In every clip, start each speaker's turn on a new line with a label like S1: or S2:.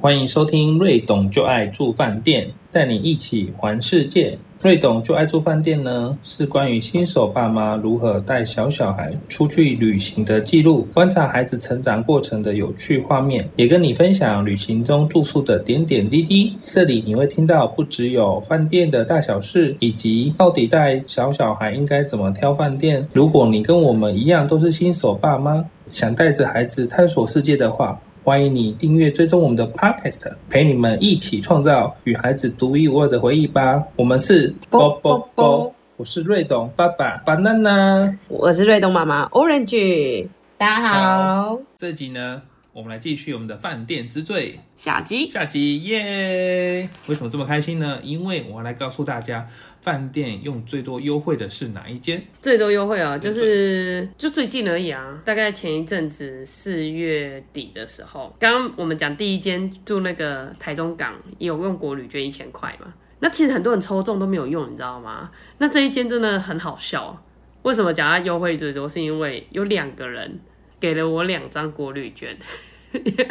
S1: 欢迎收听《瑞董就爱住饭店》，带你一起环世界。瑞董就爱住饭店呢，是关于新手爸妈如何带小小孩出去旅行的记录，观察孩子成长过程的有趣画面，也跟你分享旅行中住宿的点点滴滴。这里你会听到不只有饭店的大小事，以及到底带小小孩应该怎么挑饭店。如果你跟我们一样都是新手爸妈，想带着孩子探索世界的话，欢迎你订阅追踪我们的 Podcast，陪你们一起创造与孩子独一无二的回忆吧。我们是
S2: 啵啵啵，
S1: 我是瑞董爸爸 banana。
S2: 我是瑞东妈妈 Orange，大家好，
S1: 这集呢，我们来继续我们的饭店之最
S2: 小鸡
S1: 下集耶！为什么这么开心呢？因为我要来告诉大家，饭店用最多优惠的是哪一 间？
S2: 最多优惠哦，就是就最近而已啊，大概前一阵子四月底的时候，刚刚我们讲第一间住那个台中港，有用国旅券一千块嘛，那其实很多人抽中都没有用，你知道吗？那这一间真的很好笑，啊为什么讲它优惠最多？是因为有两个人给了我两张国旅券，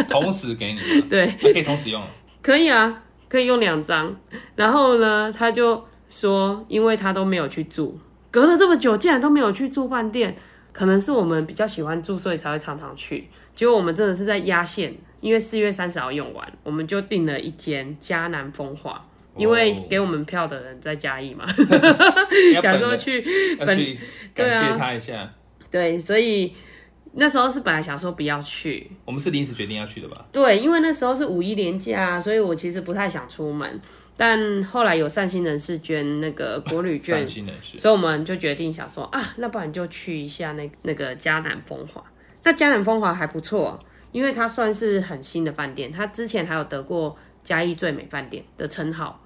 S1: 同时 给你吗，
S2: 对，
S1: 还可以同时用。
S2: 可以啊，可以用两张。然后呢，他就说，因为他都没有去住，隔了这么久，竟然都没有去住饭店，可能是我们比较喜欢住，所以才会常常去。结果我们真的是在压线，因为四月三十号用完，我们就订了一间迦南风华。因为给我们票的人在嘉义嘛，
S1: 要
S2: 想
S1: 本
S2: 说
S1: 人
S2: 去，
S1: 要
S2: 本
S1: 去
S2: 对
S1: 感
S2: 啊
S1: 谢他一下。
S2: 对，所以那时候是本来想说不要去，
S1: 我们是临时决定要去的吧？
S2: 对，因为那时候是五一连假，啊所以我其实不太想出门。但后来有善心人士捐那个国旅券
S1: 善，心人士，
S2: 所以我们就决定想说啊，那不然就去一下那那个嘉南风华。那嘉南风华还不错，因为它算是很新的饭店，它之前还有得过嘉义最美饭店的称号。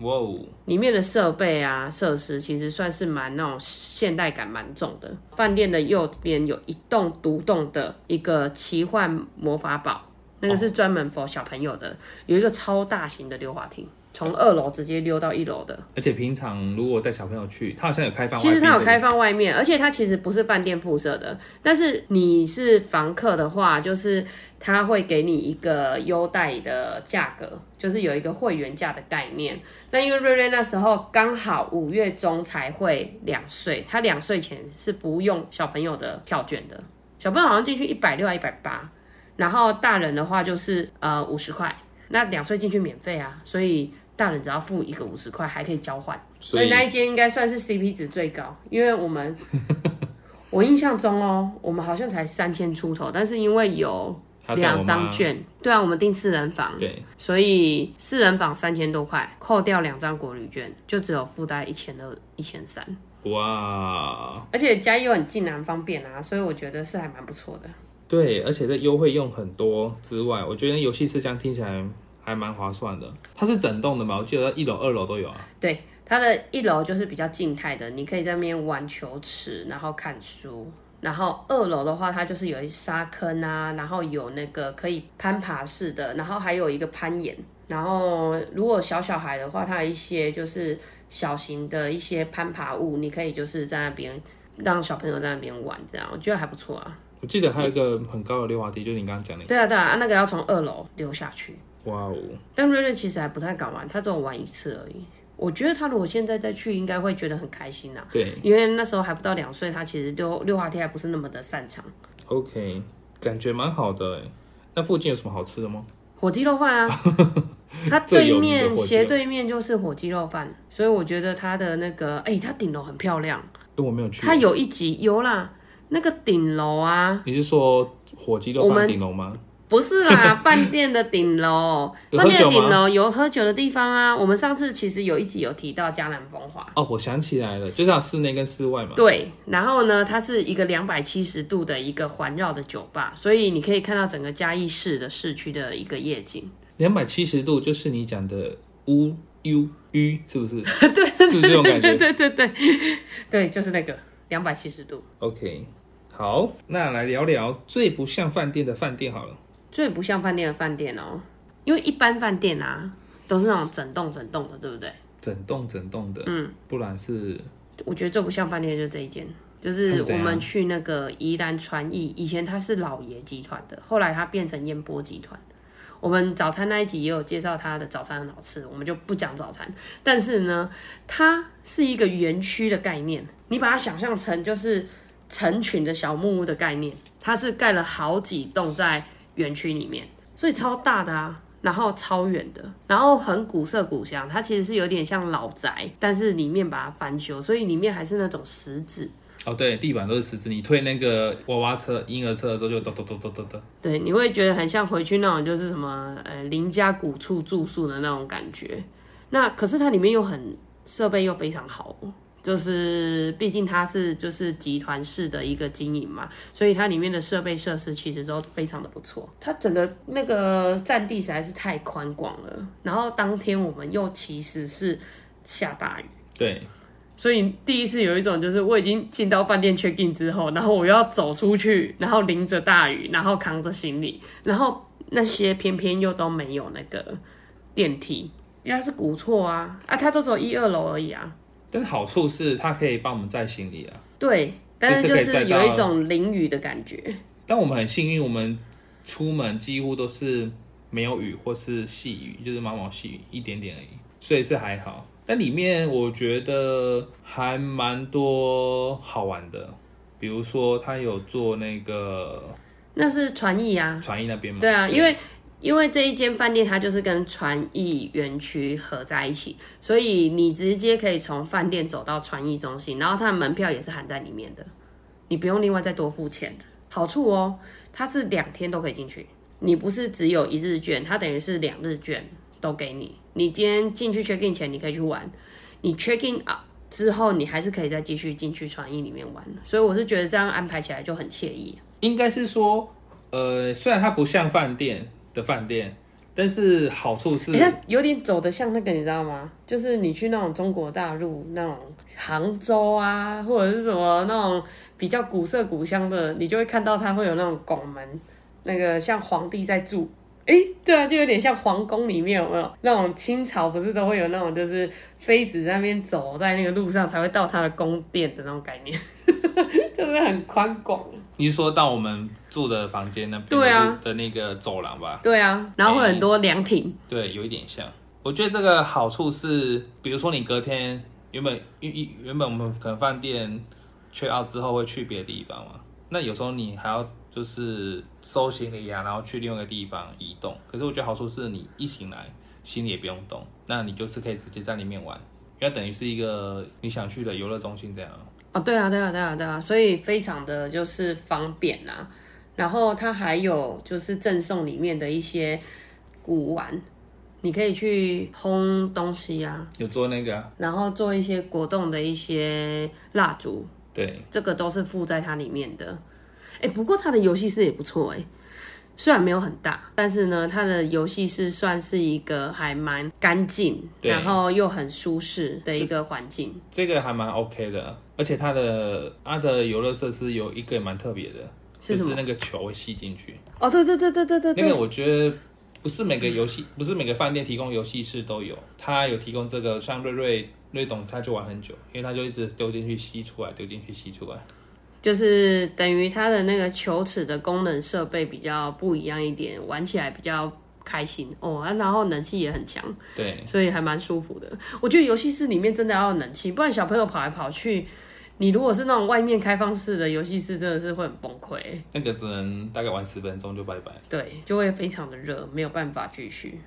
S1: 哇哦，
S2: 里面的设备啊、设施其实算是蛮那种现代感蛮重的。饭店的右边有一栋独栋的一个奇幻魔法堡，那个是专门 for 小朋友的，有一个超大型的溜滑梯，从二楼直接溜到一楼的。
S1: 而且平常如果带小朋友去，他好像有开放，
S2: 其实它有开，放外面，而且它其实不是饭店附设的，但是你是房客的话，就是它会给你一个优待的价格，就是有一个会员价的概念。那因为瑞瑞那时候刚好五月中才会两岁，他两岁前是不用小朋友的票券的，小朋友好像进去一百六还一百八，然后大人的话就是呃五十块，那两岁进去免费啊，所以大人只要付一个五十块，还可以交换。所
S1: 所
S2: 以
S1: 以
S2: 那一间应该算是 CP 值最高，因为 我们我印象中哦，我们好像才三千出头，但是因为有
S1: 他带我妈
S2: 两张，券，对啊，我们订四人房，
S1: 对，
S2: 所以四人房三千多块，扣掉两张国旅券，就只有附带一千二、一千三，
S1: 哇，
S2: 而且家又很近啊，很方便啊，所以我觉得是还蛮不错的。
S1: 对，而且这优惠用很多之外，我觉得游戏室这样听起来还蛮划算的。它是整栋的嘛，我记得一楼、二楼都有啊。
S2: 对，它的一楼就是比较静态的，你可以在那边玩球池，然后看书。然后二楼的话，它就是有一沙坑啊，然后有那个可以攀爬式的，然后还有一个攀岩。然后如果小小孩的话，它有一些就是小型的一些攀爬物，你可以就是在那边让小朋友在那边玩，这样我觉得还不错啊。
S1: 我记得还有一个很高的溜滑梯，就是你刚刚讲的，
S2: 对啊，对啊，啊那个要从二楼溜下去。
S1: 哇哦，
S2: 但瑞瑞其实还不太敢玩，他只有玩一次而已。我觉得他如果现在再去，应该会觉得很开心啊。
S1: 对
S2: 因为那时候还不到两岁，他其实溜溜滑梯还不是那么的擅长。
S1: ，OK，感觉蛮好的欸。那附近有什么好吃的吗？
S2: 火鸡肉 饭啊，他
S1: 最
S2: 对
S1: 有名的
S2: 面
S1: 火鸡肉
S2: 斜对面就是火鸡肉饭，所以我觉得他的那个，哎、他顶楼很漂亮。
S1: 因为我没有去。
S2: 他有一集有啦，那个顶楼啊，
S1: 你是说火鸡肉
S2: 我
S1: 饭
S2: 们
S1: 顶楼吗？
S2: 不 是啦，饭店的顶楼，
S1: 有
S2: 饭
S1: 喝酒吗
S2: 店的顶楼有喝酒的地方啊。我们上次其实有一集有提到江南风华，
S1: 哦，我想起来了，就像室内跟室外嘛。
S2: 对，然后呢，它是一个两百七十度的一个环绕的酒吧，所以你可以看到整个嘉义市的市区的一个夜景。
S1: 两百七十度就是你讲的乌 u u 是不是？对，是不是这种感
S2: 对
S1: 觉
S2: 对对对 对，就是那个两百七十度。
S1: ？OK，好，那来聊聊最不像饭店的饭店好了。
S2: 最不像饭店的饭店哦，因为一般饭店啊都是那种整栋整栋的，对不对？
S1: 整栋整栋的，嗯，不然是
S2: 我觉得最不像饭店就是这一间，就
S1: 它
S2: 是
S1: 是怎样
S2: 我们去那个宜兰传艺，以前它是老爷集团的，后来它变成烟波集团。我们早餐那一集也有介绍它的早餐很好吃，我们就不讲早餐。但是呢，它是一个园区的概念，你把它想象成就是成群的小木屋的概念，它是盖了好几栋在园区里面，所以超大的啊。然后超远的，然后很古色古香，它其实是有点像老宅，但是里面把它翻修，所以里面还是那种石子。
S1: 哦，对，地板都是十字，你推那个娃娃车、婴儿车的时候就咚咚咚咚咚咚。
S2: 对，你会觉得很像回去那种就是什么呃邻家古厝住宿的那种感觉。那可是它里面又很设备又非常好哦，就是毕竟它是就是集团式的一个经营嘛，所以它里面的设备设施其实都非常的不错。它整个那个占地实在是太宽广了，然后当天我们又其实是下大雨。
S1: 对，
S2: 所以第一次有一种就是我已经进到饭店 check in 之后，然后我又要走出去，然后淋着大雨，然后扛着行李，然后那些偏偏又都没有那个电梯，因为它是古厝啊，啊，它都只有一二楼而已啊。
S1: 但是好处是它可以帮我们载行李啊。
S2: 对，但是就
S1: 就是可
S2: 是
S1: 以载到
S2: 有一种淋雨的感觉。
S1: 但我们很幸运，我们出门几乎都是没有雨或是细雨，就是毛毛细雨一点点而已，所以是还好。但里面我觉得还蛮多好玩的，比如说他有做那个
S2: 那是传艺啊，
S1: 传艺那边嘛，
S2: 对啊，因为因为这一间饭店它就是跟传艺园区合在一起，所以你直接可以从饭店走到传艺中心，然后它的门票也是含在里面的，你不用另外再多付钱。好处哦，它是两天都可以进去，你不是只有一日券，它等于是两日券都给你。你今天进去 check in 前你可以去玩，你 check in 啊之后你还是可以再继续进去传艺里面玩，所以我是觉得这样安排起来就很惬意。
S1: 应该是说，呃，虽然它不像饭店的饭店，但是好处是
S2: 欸它有点走的像那个，你知道吗？就是你去那种中国大陆那种杭州啊，或者是什么那种比较古色古香的，你就会看到它会有那种拱门，那个像皇帝在住。哎、对啊，就有点像皇宫里面有没有那种清朝不是都会有那种就是妃子在那边走在那个路上才会到他的宫殿的那种概念， 就是很宽广。
S1: 你是说到我们住的房间那边
S2: 对啊
S1: 的那个走廊吧，
S2: 对啊，然后会有很多凉亭，
S1: 对，有一点像。我觉得这个好处是，比如说你隔天原本原原原本我们可能饭店缺澳之后会去别的地方嘛，那有时候你还要就是收行李啊，然后去另外一个地方移动。可是我觉得好处是你一醒来，行李也不用动，那你就是可以直接在里面玩，因为它等于是一个你想去的游乐中心这样。
S2: 哦，对啊，对啊，对啊，对啊，所以非常的就是方便啊。然后它还有就是赠送里面的一些古玩，你可以去烘东西啊，
S1: 有做那个啊、
S2: 然后做一些果冻的一些蜡烛，
S1: 对，
S2: 这个都是附在它里面的。哎，不过它的游戏室也不错哎，虽然没有很大，但是呢，它的游戏室算是一个还蛮干净，
S1: 对
S2: 然后又很舒适的一个环境。
S1: 这个还蛮 OK 的，而且它的它的游乐设施有一个也蛮特别的，
S2: 是
S1: 就
S2: 什么
S1: 是那个球会吸进去。
S2: 哦，对对对对对对对，
S1: 那个我觉得不是每个游戏，不是每个饭店提供游戏室都有，他有提供这个，像瑞瑞瑞董他就玩很久，因为他就一直丢进去吸出来，丢进去吸出来。
S2: 就是等于它的那个球齿的功能设备比较不一样一点，玩起来比较开心哦、啊然后冷气也很强，
S1: 对，
S2: 所以还蛮舒服的。我觉得游戏室里面真的要有冷气，不然小朋友跑来跑去，你如果是那种外面开放式的游戏室，真的是会很崩溃、
S1: 那个只能大概玩十分钟就拜拜。
S2: 对，就会非常的热，没有办法继续。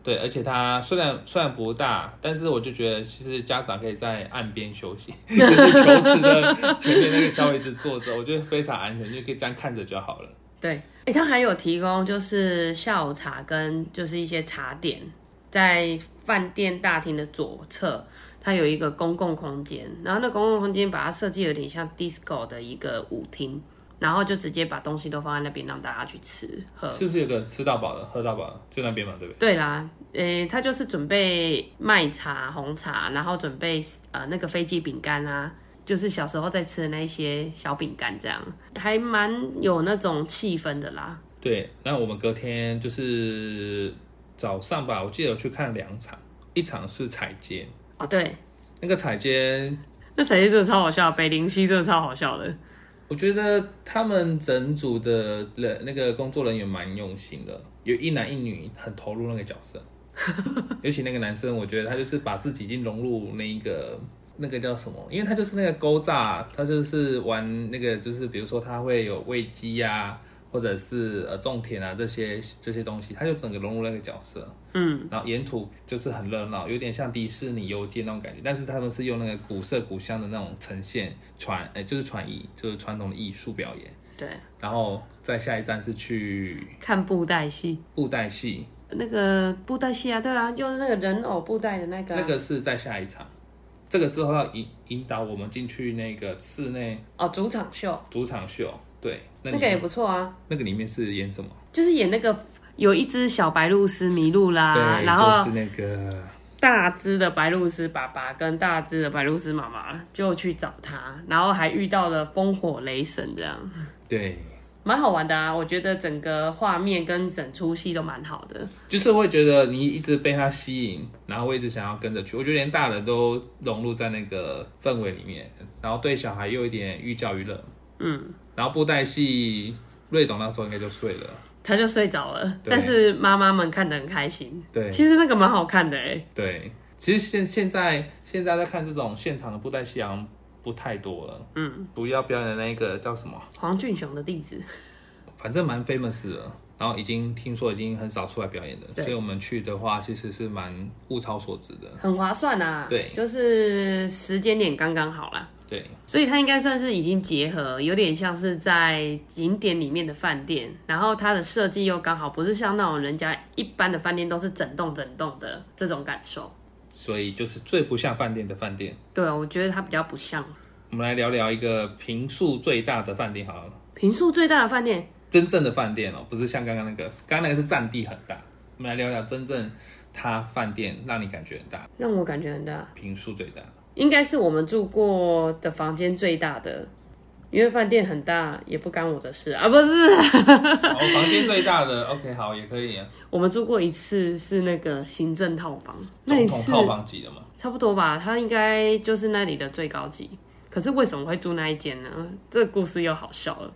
S1: 对，而且它虽然虽然不大，但是我就觉得其实家长可以在岸边休息， 就是球池的前面那个小椅子坐着，我觉得非常安全，就可以这样看着就好了。
S2: 对，哎、它还有提供就是下午茶跟就是一些茶点，在饭店大厅的左侧，它有一个公共空间，然后那公共空间把它设计有点像 disco 的一个舞厅，然后就直接把东西都放在那边让大家去吃喝。
S1: 是不是有个吃到饱的、喝到饱的，就那边嘛，对不对？
S2: 对啦，诶、它就是准备麦茶、红茶，然后准备呃那个飞机饼干啊，就是小时候在吃的那一些小饼干，这样还蛮有那种气氛的啦。
S1: 对，那我们隔天就是早上吧，我记得有去看两场，一场是彩街，
S2: 哦，对，
S1: 那个彩街
S2: 那彩叶真的超好笑，北林溪真的超好笑的。
S1: 我觉得他们整组的人那个工作人员蛮用心的，有一男一女很投入那个角色，尤其那个男生，我觉得他就是把自己已经融入那一个那个叫什么，因为他就是那个勾诈，他就是玩那个就是比如说他会有喂鸡呀，或者是呃种田啊这些这些东西，他就整个融入那个角色，
S2: 嗯，
S1: 然后沿途就是很热闹，有点像迪士尼游街那种感觉，但是他们是用那个古色古香的那种呈现传，呃，就是传艺，就是传统的艺术表演。
S2: 对，
S1: 然后在下一站是去
S2: 看布袋戏，
S1: 布袋戏，
S2: 那个布袋戏啊，对啊，就是那个人偶布袋的那个啊、
S1: 那个是在下一场。这个时候要引引导我们进去那个室内
S2: 哦，主场秀
S1: 主场秀，对，那
S2: 那
S1: 里
S2: 个也
S1: 面
S2: 不错啊，
S1: 那个里面是演什么？
S2: 就是演那个有一只小白鹭鸶迷路啦，
S1: 对，
S2: 啊然后
S1: 就是那个
S2: 大只的白鹭鸶爸爸跟大只的白鹭鸶妈妈就去找他，然后还遇到了烽火雷神，这样
S1: 对，
S2: 蛮好玩的啊！我觉得整个画面跟整出戏都蛮好的。
S1: 就是会觉得你一直被他吸引，然后我一直想要跟着去。我觉得连大人都融入在那个氛围里面，然后对小孩又有一点寓教于乐。
S2: 嗯，
S1: 然后布袋戏，瑞董那时候应该就睡了。
S2: 他就睡着了，
S1: 对
S2: 但是妈妈们看得很开心。
S1: 对
S2: 其实那个蛮好看的哎，
S1: 对，其实现现在现在在看这种现场的布袋戏好像不太多了。
S2: 嗯，
S1: 主要表演的那个叫什么？
S2: 黄俊雄的弟子，
S1: 反正蛮 famous 的。然后已经听说已经很少出来表演了，
S2: 对
S1: 所以我们去的话其实是蛮物超所值的。
S2: 很划算啊。
S1: 对
S2: 就是时间点刚刚好啦。
S1: 对，
S2: 所以它应该算是已经结合，有点像是在景点里面的饭店，然后它的设计又刚好不是像那种人家一般的饭店都是整栋整栋的这种感受。
S1: 所以就是最不像饭店的饭店。
S2: 对，啊我觉得它比较不像
S1: 我们来聊聊一个平数最大的饭店好了，
S2: 平数最大的饭店，
S1: 真正的饭店哦，不是像刚刚那个，刚刚那个是占地很大。我们来聊聊真正它饭店让你感觉很大，
S2: 让我感觉很大，
S1: 平数最大。
S2: 应该是我们住过的房间最大的，因为饭店很大，也不干我的事啊，不是。
S1: 好，哦房间最大的 OK 好也可以啊，
S2: 我们住过一次是那个行政套房，那
S1: 总
S2: 一
S1: 统
S2: 次
S1: 套房级的嘛。
S2: 差不多吧，它应该就是那里的最高级。可是为什么会住那一间呢？这个故事又好笑了。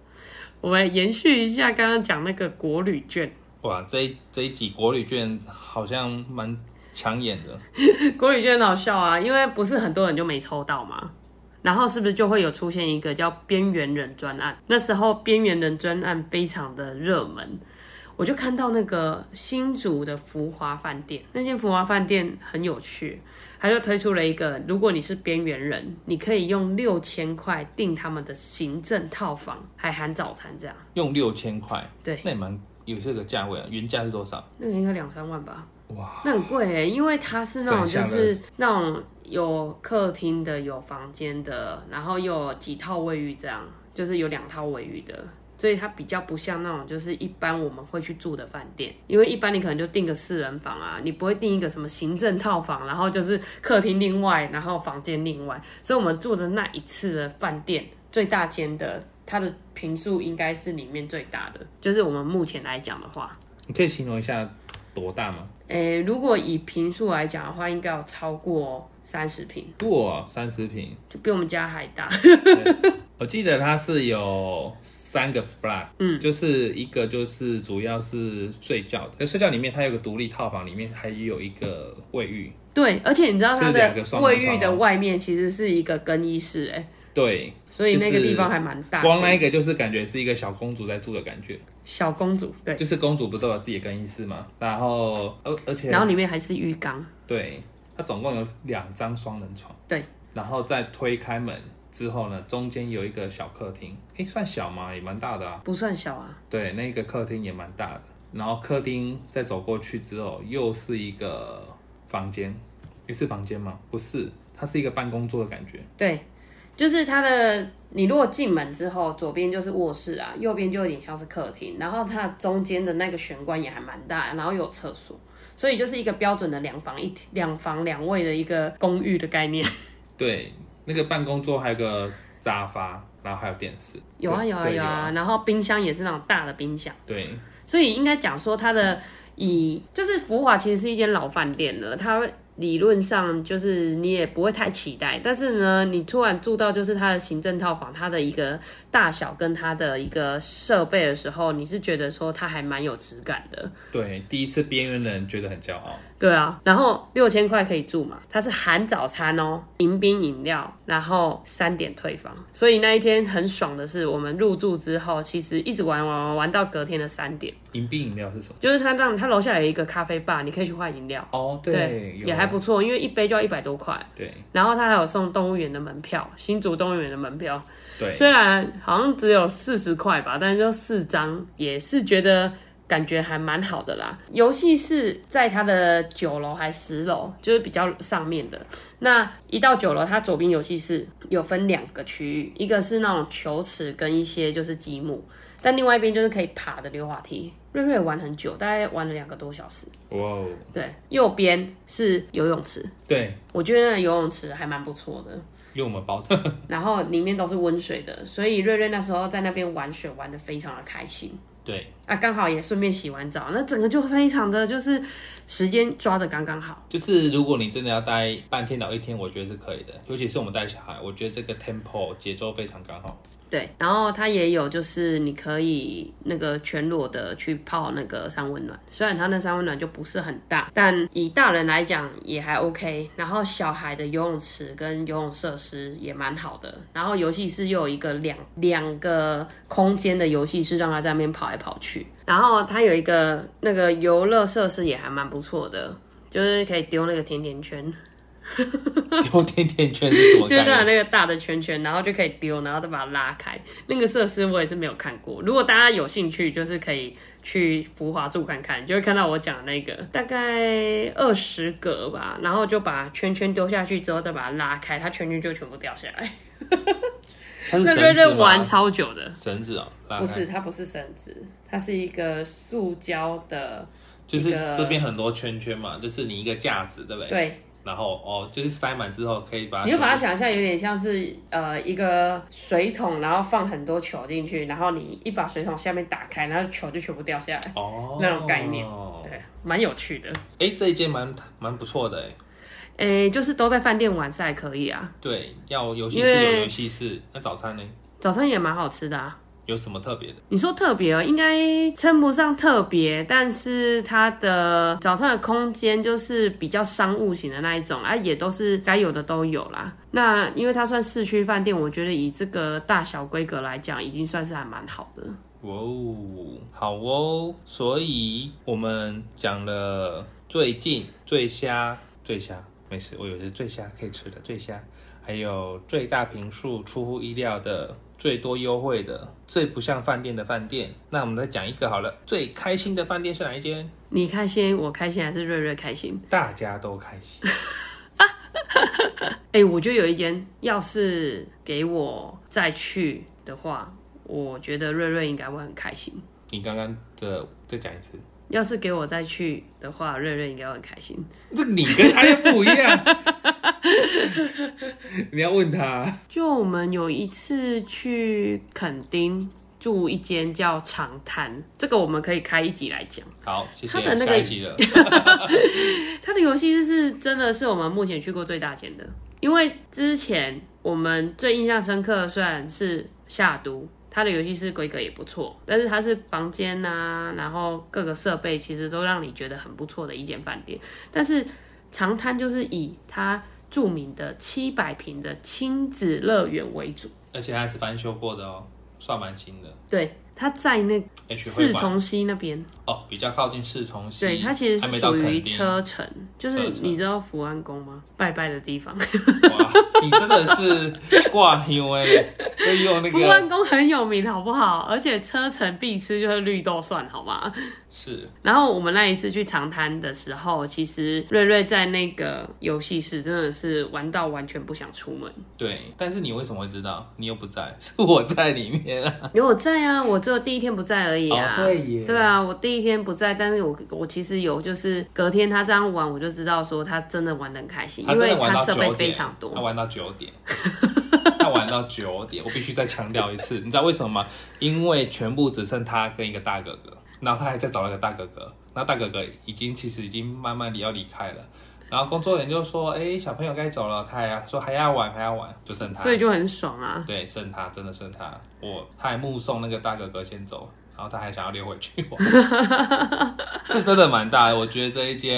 S2: 我们延续一下刚刚讲那个国旅券，
S1: 哇，这一这一集国旅券好像蛮抢眼的，
S2: 国旅券很好笑啊，因为不是很多人就没抽到嘛。然后是不是就会有出现一个叫边缘人专案？那时候边缘人专案非常的热门，我就看到那个新竹的福华饭店，那间福华饭店很有趣，它就推出了一个，如果你是边缘人，你可以用六千块订他们的行政套房，还含早餐这样。
S1: 用六千块，
S2: 对，
S1: 那也蛮有这个价位啊。原价是多少？
S2: 那个应该两三万吧。
S1: 哇，
S2: 那很贵欸，因为它是那种就
S1: 省下了
S2: 是那种有客厅的、有房间的，然后又有几套卫浴这样，就是有两套卫浴的，所以它比较不像那种就是一般我们会去住的饭店，因为一般你可能就订个四人房啊，你不会订一个什么行政套房，然后就是客厅另外，然后房间另外，所以我们住的那一次的饭店最大间的。它的平数应该是里面最大的，就是我们目前来讲的话，
S1: 你可以形容一下多大吗？
S2: 诶，如果以平数来讲的话，应该有超过三十平，
S1: 哇，三十平，
S2: 就比我们家还大。
S1: 我记得它是有三个 flat，嗯，就是一个就是主要是睡觉的，在睡觉里面它有个独立套房，里面还有一个卫浴，
S2: 对，而且你知道它
S1: 是两个
S2: 的
S1: 双人
S2: 卫浴
S1: 床
S2: 的
S1: 吗
S2: 外面其实是一个更衣室、诶，
S1: 对，
S2: 所以
S1: 就是
S2: 那个地方还蛮大间。
S1: 光那一个就是感觉是一个小公主在住的感觉，
S2: 小公主，对，
S1: 就是公主不是都有自己的更衣室吗？然后而而且
S2: 然后里面还是浴缸，
S1: 对，它总共有两张双人床，
S2: 对，
S1: 然后再推开门之后呢，中间有一个小客厅，诶，算小吗？也蛮大的啊，
S2: 不算小啊。
S1: 对，那个客厅也蛮大的。然后客厅再走过去之后，又是一个房间，也是房间吗？不是，它是一个办公桌的感觉。
S2: 对，就是它的，你如果进门之后，左边就是卧室啊，右边就有点像是客厅，然后它中间的那个玄关也还蛮大，然后有厕所，所以就是一个标准的两房一两房两卫的一个公寓的概念。
S1: 对，那个办公桌还有个沙发，然后还有电视。
S2: 有啊
S1: 对
S2: 有啊
S1: 对
S2: 有啊，然后冰箱也是那种大的冰箱，
S1: 对，
S2: 所以应该讲说它的以就是福华其实是一间老饭店了，它理论上就是你也不会太期待，但是呢，你突然住到就是它的行政套房，它的一个大小跟它的一个设备的时候，你是觉得说它还蛮有质感的。
S1: 对，第一次边缘人觉得很骄傲，
S2: 对啊，然后六千块可以住嘛，它是含早餐哦，迎宾饮料，然后三点退房。所以那一天很爽的是，我们入住之后，其实一直玩玩玩玩到隔天的三点，
S1: 迎宾饮料是什么？
S2: 就是他让他楼下有一个咖啡吧，你可以去换饮料，
S1: 哦，有
S2: 也还不错，因为一杯就要一百多块。
S1: 对
S2: 然后他还有送动物园的门票，新竹动物园的门票，
S1: 对，
S2: 虽然好像只有四十块吧，但是就四张，也是觉得感觉还蛮好的啦。游戏是在它的九楼还十楼，就是比较上面的。那一到九楼，它左边游戏室有分两个区域，一个是那种球池跟一些就是积木，但另外一边就是可以爬的溜滑梯。瑞瑞玩很久，大概玩了两个多小时。
S1: 哇哦，
S2: 对，右边是游泳池，
S1: 对，
S2: 我觉得那个游泳池还蛮不错的。
S1: 用我们包着，
S2: 然后里面都是温水的，所以瑞瑞那时候在那边玩水玩的非常的开心
S1: 对，
S2: 啊，刚好也顺便洗完澡，那整个就非常的就是时间抓的刚刚好。
S1: 就是如果你真的要待半天到一天，我觉得是可以的，尤其是我们带小孩，我觉得这个 tempo 节奏非常刚好。
S2: 对，然后它也有就是你可以那个全裸的去泡那个三温暖，虽然它那三温暖就不是很大，但以大人来讲也还 OK。然后小孩的游泳池跟游泳设施也蛮好的，然后游戏室又有一个两两个空间的游戏室让他在那边跑来跑去，然后它有一个那个游乐设施也还蛮不错的，就是可以丢那个甜甜圈。
S1: 丢甜甜圈是什么
S2: 就是啊它
S1: 概
S2: 的
S1: 念？
S2: 那个大的圈圈，然后就可以丢，然后再把它拉开。那个设施我也是没有看过，如果大家有兴趣，就是可以去福华住看看，就会看到我讲的那个大概二十个吧，然后就把圈圈丢下去之后，再把它拉开，它圈圈就全部掉下来。
S1: 它是
S2: 那
S1: 绳
S2: 瑞瑞
S1: 子吗
S2: 玩超久的，
S1: 绳子哦，拉开
S2: 不是，它不是绳子，它是一个塑胶的，
S1: 就是
S2: 一个
S1: 这边很多圈圈嘛，就是你一个架子，对不对？。
S2: 对，
S1: 然后哦，就是塞满之后可以把它，
S2: 你就把它想象有点像是呃一个水桶，然后放很多球进去，然后你一把水桶下面打开，然后球就全部掉下来，
S1: 哦
S2: 那种概念
S1: 哦，
S2: 对，蛮有趣的。
S1: 哎，这一间蛮蛮不错的哎。
S2: 诶、就是都在饭店晚上还可以啊，
S1: 对，要游戏
S2: 因
S1: 室
S2: 为
S1: 有游戏室，那早餐呢？
S2: 早餐也蛮好吃的啊。
S1: 有什么特别的？
S2: 你说特别哦，应该称不上特别，但是它的早上的空间就是比较商务型的那一种，啊，也都是该有的都有啦。那因为它算市区饭店，我觉得以这个大小规格来讲，已经算是还蛮好的。
S1: 哇哦，好哦，所以我们讲了最近最虾最虾，没事，我有些最虾可以吃的最虾，还有最大平数出乎意料的。最多优惠的，最不像饭店的饭店，那我们再讲一个好了。最开心的饭店是哪一间？
S2: 你开心，我开心，还是瑞瑞开心？
S1: 大家都开心。
S2: 哎、我觉得有一间，要是给我再去的话，我觉得瑞瑞应该会很开心。
S1: 你刚刚的再讲一次，
S2: 要是给我再去的话，瑞瑞应该会很开心。
S1: 这你跟他又不一 样。你要问他，
S2: 就我们有一次去垦丁住一间叫长滩，这个我们可以开一集来讲。
S1: 好，谢谢，
S2: 他的那个
S1: 下一集了。
S2: 它的游戏室是真的是我们目前去过最大间的，因为之前我们最印象深刻的虽然是夏都，它的游戏室规格也不错，但是它是房间呐、然后各个设备其实都让你觉得很不错的一间饭店。但是长滩就是以它著名的七百平的亲子乐园为主，
S1: 而且它是翻修过的哦，算蛮新的。
S2: 对，它在那
S1: H 会
S2: 四
S1: 馆
S2: 重溪那边，
S1: 哦，比较靠近市重西，
S2: 对，它其实
S1: 还
S2: 是
S1: 没到
S2: 属
S1: 垦
S2: 于
S1: 丁。
S2: 车城，就是你知道福安宫吗？拜拜的地方。
S1: 哇，你真的是挂牛 哎，就用那
S2: 福
S1: 个
S2: 安宫很有名，好不好？而且车城必吃就是绿豆蒜，好吗？
S1: 是
S2: 然后我们那一次去长滩的时候，其实瑞瑞在那个游戏室真的是玩到完全不想出门。
S1: 对，但是你为什么会知道？你又不在，是我在里面啊。
S2: 有我在啊，我只有第一天不在而已啊。
S1: 哦对耶
S2: 对啊，我第一天不在，但是我我其实有就是隔天他这样玩，我就知道说他真的玩得很开心，
S1: 他
S2: 因
S1: 真
S2: 为
S1: 的玩到
S2: 他设
S1: 九
S2: 备
S1: 点，
S2: 非常多
S1: 他。玩到九点，他玩到九点，我必须再强调一次，你知道为什么吗？因为全部只剩他跟一个大哥哥，然后他还在找那个大哥哥，那大哥哥已经其实已经慢慢地要离开了，然后工作人员就说：“哎、小朋友该走了。”他还要说还要玩，还要玩，就剩他。
S2: 所以就很爽啊。
S1: 对，剩他，真的剩他。我他还目送那个大哥哥先走，然后他还想要溜回去玩，是真的蛮大的。我觉得这一间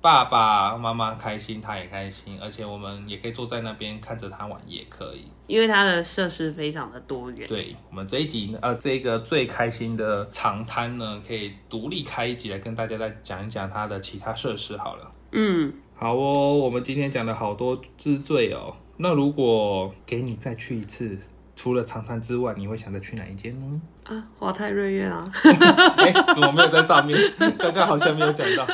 S1: 爸爸妈妈开心，他也开心，而且我们也可以坐在那边看着他玩，也可以。
S2: 因为它的设施非常的多元。
S1: 对我们这一集呢呃，这个最开心的长滩呢，可以独立开一集来跟大家再讲一讲它的其他设施好了。
S2: 嗯，
S1: 好哦，我们今天讲了好多之最哦。那如果给你再去一次，除了长滩之外，你会想再去哪一间 呢？
S2: 啊，华泰瑞苑啊，
S1: 哎、怎么没有在上 面？刚刚好像没有讲到。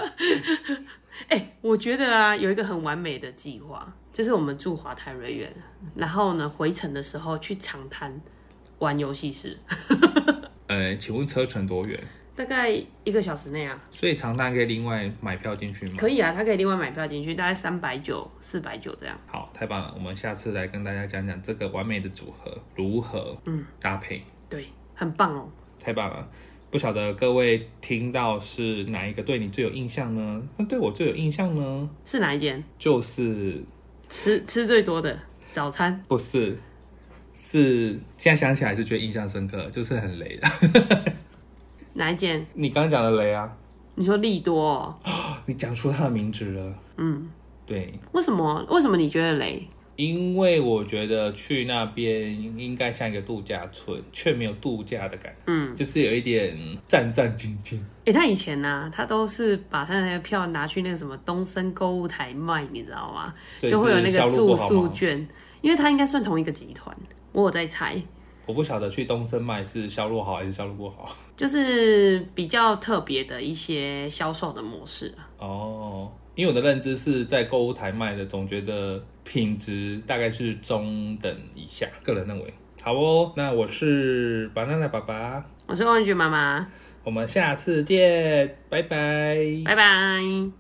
S2: 哎、我觉得啊，有一个很完美的计划，就是我们住华泰瑞苑，然后呢，回程的时候去长滩玩游戏室，
S1: 呃，请问车程多远？
S2: 大概一个小时内啊，
S1: 所以长滩可以另外买票进去吗？
S2: 可以啊，他可以另外买票进去，大概三百九、四百九这样。
S1: 好，太棒了！我们下次来跟大家讲讲这个完美的组合如何嗯搭配。
S2: 对，很棒哦。
S1: 太棒了！不晓得各位听到是哪一个对你最有印象呢？那对我最有印象呢，
S2: 是哪一间？
S1: 就是
S2: 吃吃最多的早餐，
S1: 不是是现在想起来是觉得印象深刻，就是很雷的。
S2: 哪一间？
S1: 你刚刚讲的雷啊，
S2: 你说利多、哦？
S1: 你讲出他的名字了。
S2: 嗯，
S1: 对，
S2: 为什么？为什么你觉得雷？
S1: 因为我觉得去那边应该像一个度假村，却没有度假的感觉，
S2: 嗯，
S1: 就是有一点战战兢兢。
S2: 哎、他以前呢、他都是把他的那个票拿去那个什么东森购物台卖，你知道吗？
S1: 所以
S2: 就会有
S1: 是
S2: 那
S1: 销
S2: 个
S1: 路不
S2: 住
S1: 好
S2: 宿
S1: 吗
S2: 券，因为他应该算同一个集团，我有在猜，
S1: 我不晓得去东森卖是销路好还是销路不好。
S2: 就是比较特别的一些销售的模式啊。
S1: 哦，因为我的认知是在购物台卖的，总觉得品质大概是中等以下，个人认为。好哦，那我是 banana 爸爸，
S2: 我是万菊妈妈，
S1: 我们下次见，拜拜。
S2: 拜拜。